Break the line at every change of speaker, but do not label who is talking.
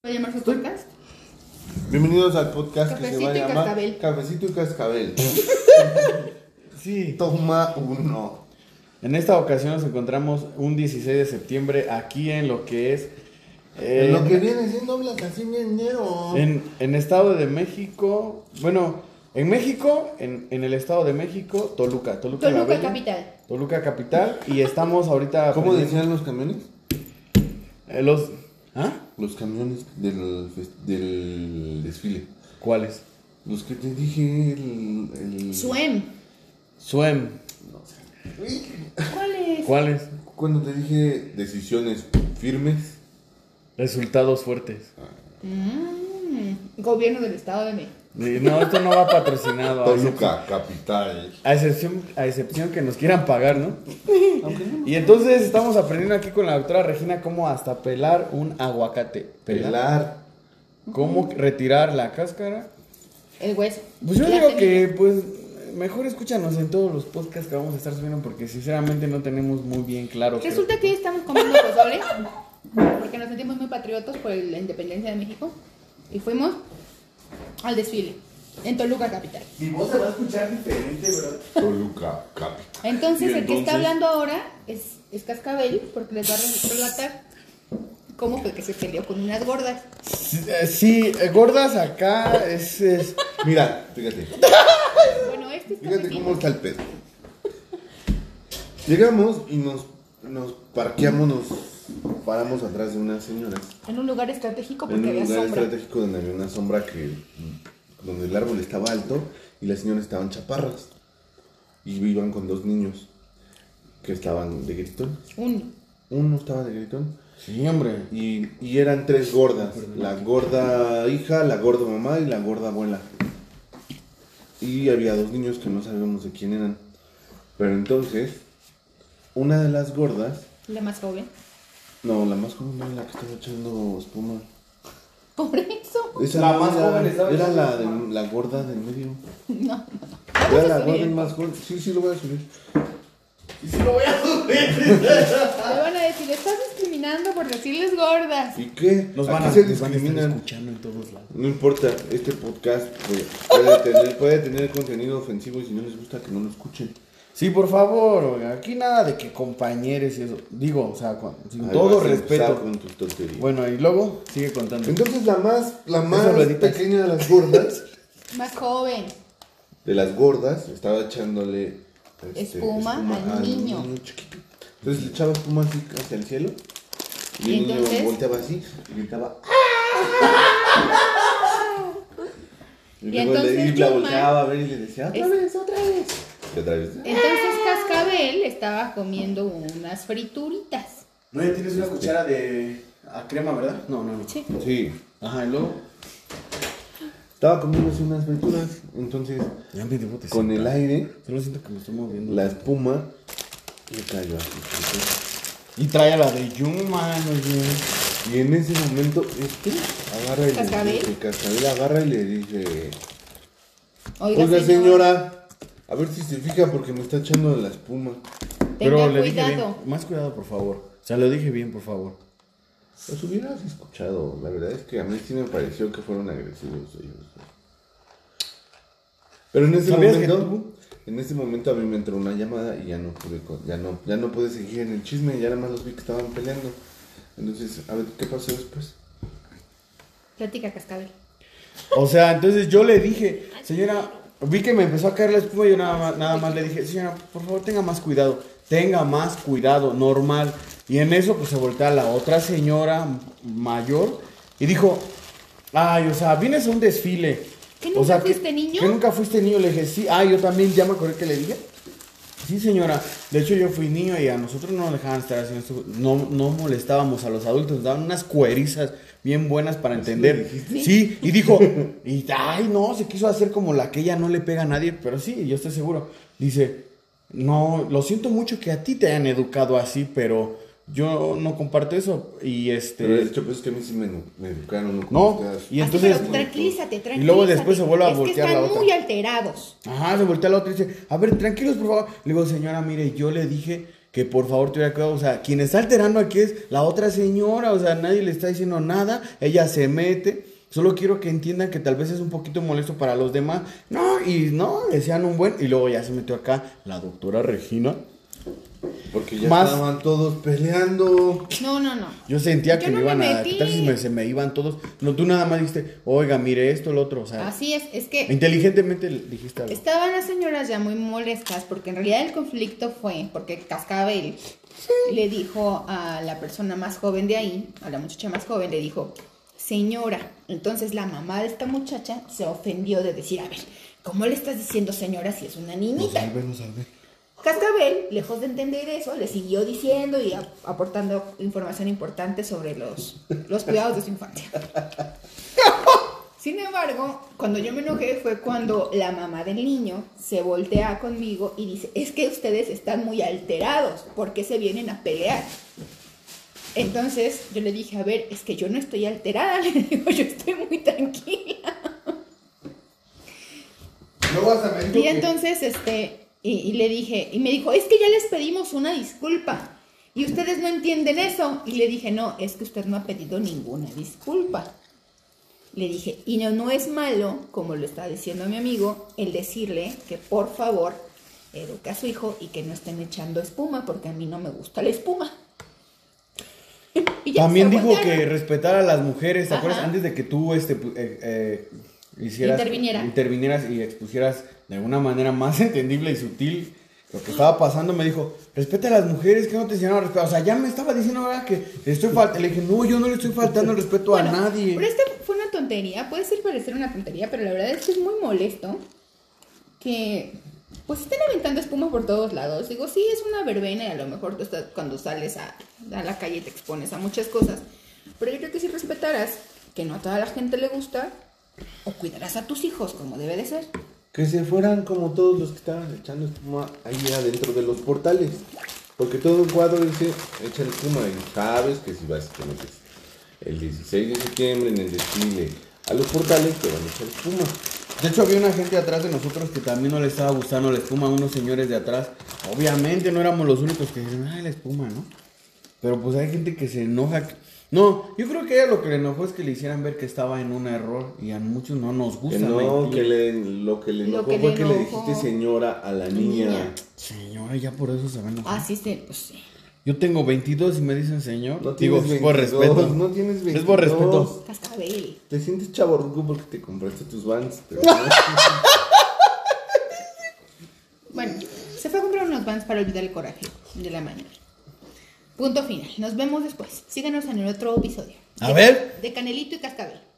¿Puede llamar su podcast?
Bienvenidos al podcast que se va
Cafecito
a
y
llamar
Cascabel.
Cafecito y Cascabel.
Sí.
Toma uno.
En esta ocasión nos encontramos un 16 de septiembre aquí en lo que es. eh,
En lo que viene siendo la canción de enero.
en, en Estado de México. Bueno, en México, en, en el Estado de México, Toluca. Toluca, la
Toluca
Bella,
Capital.
Toluca Capital. Y estamos ahorita.
¿Cómo
aprendiendo-
decían los camiones?
eh, los. ¿Ah?
Los camiones del, fest- del desfile.
¿Cuáles?
Los que te dije el... el-
Suem.
Suem.
No sé.
¿Cuál es?
¿Cuáles?
Cuando te dije decisiones firmes.
Resultados fuertes.
Mm, gobierno del Estado de México.
Eh, No, esto no va patrocinado. a excepción-
Toluca, capital.
A excepción, a excepción que nos quieran pagar, ¿no? Y entonces estamos aprendiendo aquí con la doctora Regina cómo hasta pelar un aguacate. Pelar.
Pelar.
Cómo retirar la cáscara.
El hueso.
Pues yo
La
digo
semilla.
que, pues, mejor escúchanos en todos los podcasts que vamos a estar subiendo porque sinceramente no tenemos muy bien claro. qué-
Resulta que estamos comiendo pozole porque nos sentimos muy patriotas por la independencia de México y fuimos al desfile en Toluca Capital.
Mi voz se va a escuchar diferente, ¿verdad?
Toluca, capital.
Entonces,
Y
el que está
entonces-
hablando ahora es, es Cascabel porque les va a relatar cómo fue que se peleó con unas gordas.
Sí, eh, Sí, eh, gordas acá es, es-
Mira, fíjate.
Bueno, este está
Fíjate
metido.
cómo está el pedo. Llegamos y nos, nos parqueamos, nos paramos atrás de unas señoras.
en un lugar estratégico
En
Oh, porque
un
había
lugar
sombra.
estratégico donde había una sombra que. donde el árbol estaba alto y las señoras estaban chaparras. Y iban con dos niños que estaban de gritón.
Un
Uno estaba de gritón.
Sí, hombre.
Y, y eran tres gordas. La gorda hija, la gorda mamá y la gorda abuela. Y había dos niños que no sabíamos de quién eran. Pero entonces, una de las gordas,
la más joven.
no, la más común era la que estaba echando espuma.
Por eso.
Esa
La
no
más
era,
joven estaba
era
echando
la, de-
espuma.
la gorda del medio.
No.
Era la
a subir.
gorda más joven. Sí, sí, lo voy a subir.
Y si lo voy a subir.
Me van a decir, estás discriminando por decirles gordas.
¿Y qué?
Nos
¿A
van
qué
a,
se
nos van a estar
discriminan?
escuchando en todos lados.
No importa, este podcast pues, puede, tener, puede tener contenido ofensivo y si no les gusta que no lo escuchen.
Sí, por favor, oiga, aquí nada de que compañeros y eso. Digo, o sea, con, sin
Ahí
todo
vas a empezar
respeto.
con tus tonterías.
Bueno, y luego sigue contando.
Entonces la más, la más
rueditas.
pequeña de las gordas,
Más joven.
de las gordas, estaba echándole este,
Espuma al niño.
chiquito. Entonces le echaba espuma así hacia el cielo. Y,
¿Y
el
entonces?
niño volteaba así y gritaba. "Ah".
Y
Y, luego le-
entonces
y la
Chuma-
volteaba a ver y le decía, otra
Es-
vez, otra vez. Y otra vez.
Entonces Cascabel estaba comiendo unas frituritas.
No, ya tienes
una cuchara
de a crema, ¿verdad? Este. No, no, no.
Sí.
Sí.
Ajá, y luego.
Estaba comiéndose unas verduras. Entonces,
Ya me debo de
con el
sentar.
aire,
Solo siento que me estoy moviendo.
la espuma le cayó así.
Y trae a la de Yuma, no
Y en ese momento, este agarra y
¿Cascabel?
le dice, Cascabel agarra y le dice,
Oiga,
oiga
señor,
señora, a ver si se fija porque me está echando la espuma.
tenga
dije
cuidado.
bien. Más cuidado, por favor. O sea, lo dije bien, por favor.
Los Pues, hubieras escuchado, la verdad es que a mí sí me pareció que fueron agresivos ellos. Pero en ese
¿Sabías que
momento, en ese momento a mí me entró una llamada y ya no pude, con- ya no, ya no pude seguir en el chisme, ya nada más los vi que estaban peleando. Entonces, a ver, ¿qué pasó después?
Platica Cascabel.
O sea, entonces yo le dije, señora, vi que me empezó a caer la espuma y yo nada más, nada más le dije, señora, por favor tenga más cuidado, tenga más cuidado, normal. Y en eso pues se voltea la otra señora mayor y dijo, ay, o sea, vienes a un desfile.
¿Que
O
nunca
sea,
fuiste niño?
Que nunca fuiste niño, le dije, sí, ah, yo también, ya me acordé que le dije. Sí, señora. De hecho, yo fui niño y a nosotros no nos dejaban estar haciendo esto. No, no molestábamos a los adultos. Nos daban unas cuerizas bien buenas para entender. Sí, y dijo, y ay, no, se quiso hacer como la que ella no le pega a nadie. Pero sí, yo estoy seguro. Dice, no, lo siento mucho que a ti te hayan educado así, pero yo no comparto eso. Y este.
Pero el hecho pues es que a mí sí me, me educaron. No,
No,
Como ustedes.
Así,
y entonces-
Ah, pero tranquilízate, tranquilízate.
Y luego después se vuelve a
Es que
voltear la
están
otra.
muy alterados.
Ajá, se voltea la otra y dice, a ver, tranquilos, por favor. Le digo, señora, mire, yo le dije que por favor tuviera cuidado. O sea, quien está alterando aquí es la otra señora, o sea, nadie le está diciendo nada, ella se mete. Solo quiero que entiendan que tal vez es un poquito molesto para los demás. No, y no, le sean un buen. Y luego ya se metió acá la doctora Regina.
Porque ya
Más-
estaban todos peleando.
No, no, no.
Yo sentía que
Yo
me
no me
iban a.
metí.
¿Qué tal si me- se me iban todos? No, tú nada más dijiste, oiga, mire esto, lo otro. O sea,
Así es, es que
inteligentemente le dijiste algo.
Estaban las señoras ya muy molestas porque en realidad el conflicto fue porque Cascabel le dijo a la persona más joven de ahí, a la muchacha más joven, le dijo, señora. Entonces la mamá de esta muchacha se ofendió de decir, a ver, ¿cómo le estás diciendo señora si es una niñita? Cascabel, lejos de entender eso, le siguió diciendo y ap- aportando información importante sobre los, los cuidados de su infancia. Sin embargo, cuando yo me enojé fue cuando la mamá del niño se voltea conmigo y dice, es que ustedes están muy alterados, ¿por qué se vienen a pelear? Entonces yo le dije, a ver, es que yo no estoy alterada, le digo, yo estoy muy tranquila.
Luego hasta me dijo
Y
que-
entonces, este, y, y le dije, y me dijo, es que ya les pedimos una disculpa. Y ustedes no entienden eso. Y le dije, no, es que usted no ha pedido ninguna disculpa. Le dije, y no, no es malo, como lo está diciendo mi amigo, el decirle que por favor educa a su hijo y que no estén echando espuma, porque a mí no me gusta la espuma. Y ya
También
se
dijo
voltearon.
que respetara a las mujeres, ¿te
Ajá.
acuerdas? Antes de que tú este, pu- eh, eh, hicieras.
Interviniera.
intervinieras y expusieras de alguna manera más entendible y sutil lo que estaba pasando, me dijo: respeta a las mujeres, que no te enseñaron a respetar. O sea, ya me estaba diciendo ahora que le estoy faltando. Le dije: no, yo no le estoy faltando el respeto a
Bueno,
nadie.
Pero esta fue una tontería, puede ser parecer una tontería, pero la verdad es que es muy molesto que pues estén aventando espuma por todos lados. Digo, sí, es una verbena y a lo mejor tú estás- cuando sales a, a la calle te expones a muchas cosas. Pero yo creo que si respetaras que no a toda la gente le gusta, o cuidarás a tus hijos como debe de ser.
Que se fueran como todos los que estaban echando espuma ahí adentro de los portales. Porque todo el cuadro dice, echa espuma y sabes que si vas te metes el 16 de septiembre en el desfile a los portales te van a echar espuma.
De hecho, había una gente atrás de nosotros que también no le estaba gustando la espuma, unos señores de atrás. Obviamente no éramos los únicos que decían, ay, la espuma, ¿no? Pero pues hay gente que se enoja. No, yo creo que ella lo que le enojó es que le hicieran ver que estaba en un error y a muchos no nos
Que
gusta.
no,
mentir.
que le, lo que le
Lo
enojó
que le
fue que le
enojó.
dijiste señora a la niña.
Niña.
Señora, ya por eso se va a enojar.
Así se, pues sí.
Yo tengo 22 y me dicen señor.
No
Digo,
tienes
es por
22,
respeto.
no tienes
Es
22.
por respeto.
Cascabel.
Te sientes chaborruco porque te compraste tus vans. pero-
Bueno, se fue a comprar unos vans para olvidar el coraje de la mañana. Punto final. Nos vemos después. Síganos en el otro episodio.
A ver.
De Canelito y Cascabel.